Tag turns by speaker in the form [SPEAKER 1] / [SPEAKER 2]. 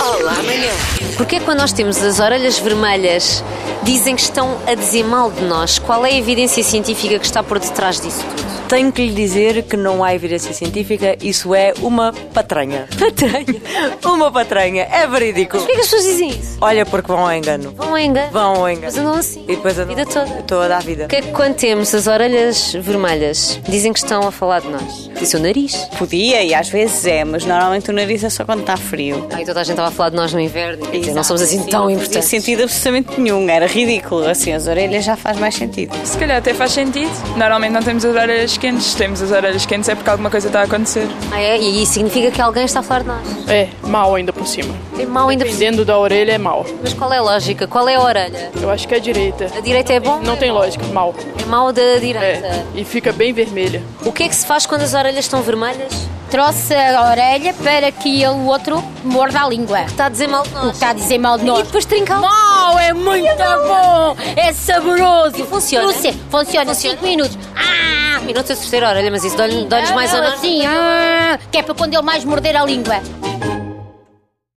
[SPEAKER 1] Olá, amanhã.
[SPEAKER 2] Porquê é que quando nós temos as orelhas vermelhas dizem que estão a dizer mal de nós? Qual é a evidência científica que está por detrás disso tudo?
[SPEAKER 3] Tenho que lhe dizer que não há evidência científica, isso é uma patranha.
[SPEAKER 2] Patranha.
[SPEAKER 3] Uma patranha, é verídico.
[SPEAKER 2] Porquê é que as pessoas dizem isso?
[SPEAKER 3] Mas... Olha, porque vão ao engano.
[SPEAKER 2] Vão ao engano.
[SPEAKER 3] Vão ao
[SPEAKER 2] Mas
[SPEAKER 3] engano.
[SPEAKER 2] andam assim.
[SPEAKER 3] E depois
[SPEAKER 2] a
[SPEAKER 3] andam-
[SPEAKER 2] vida toda.
[SPEAKER 3] Toda a vida.
[SPEAKER 2] Porquê é que quando temos as orelhas vermelhas dizem que estão a falar de nós? Disse o nariz.
[SPEAKER 4] Podia e às vezes é, mas normalmente o nariz é só quando está frio.
[SPEAKER 2] Aí toda a gente estava a falar de nós no inverno. Quer dizer, não
[SPEAKER 4] Exato,
[SPEAKER 2] somos assim
[SPEAKER 4] sim,
[SPEAKER 2] tão
[SPEAKER 4] não fazia
[SPEAKER 2] importantes.
[SPEAKER 4] sentido absolutamente nenhum, era ridículo. Assim, as orelhas já faz mais sentido.
[SPEAKER 5] Se calhar até faz sentido. Normalmente não temos as orelhas quentes. Se Temos as orelhas quentes é porque alguma coisa está a acontecer.
[SPEAKER 2] Ah, é? E isso significa que alguém está a falar de nós.
[SPEAKER 6] É, mal ainda por cima.
[SPEAKER 2] É mau ainda por cima.
[SPEAKER 6] Dependendo da orelha é mal.
[SPEAKER 2] Mas qual é a lógica? Qual é a orelha?
[SPEAKER 6] Eu acho que é a direita.
[SPEAKER 2] A direita é bom?
[SPEAKER 6] Não tem lógica, mal.
[SPEAKER 2] É mau da
[SPEAKER 6] É.
[SPEAKER 2] direita.
[SPEAKER 6] E fica bem vermelha.
[SPEAKER 2] O que é que se faz quando as orelhas estão vermelhas?
[SPEAKER 7] Trouxe a orelha para que o outro morda a língua.
[SPEAKER 2] Está a dizer mal de
[SPEAKER 7] O que
[SPEAKER 2] nós.
[SPEAKER 7] está a dizer mal de
[SPEAKER 2] E
[SPEAKER 7] nós.
[SPEAKER 2] depois trincar
[SPEAKER 7] Mal, é muito bom! É saboroso!
[SPEAKER 2] E funciona?
[SPEAKER 7] Não sei, funciona
[SPEAKER 2] Funciona?
[SPEAKER 7] 5 minutos. Ah!
[SPEAKER 2] minutos a terceir a orelha, mas isso dói-lhes mais ou
[SPEAKER 7] não,
[SPEAKER 2] não?
[SPEAKER 7] ah! Assim, ah, que é para quando ele mais morder a língua.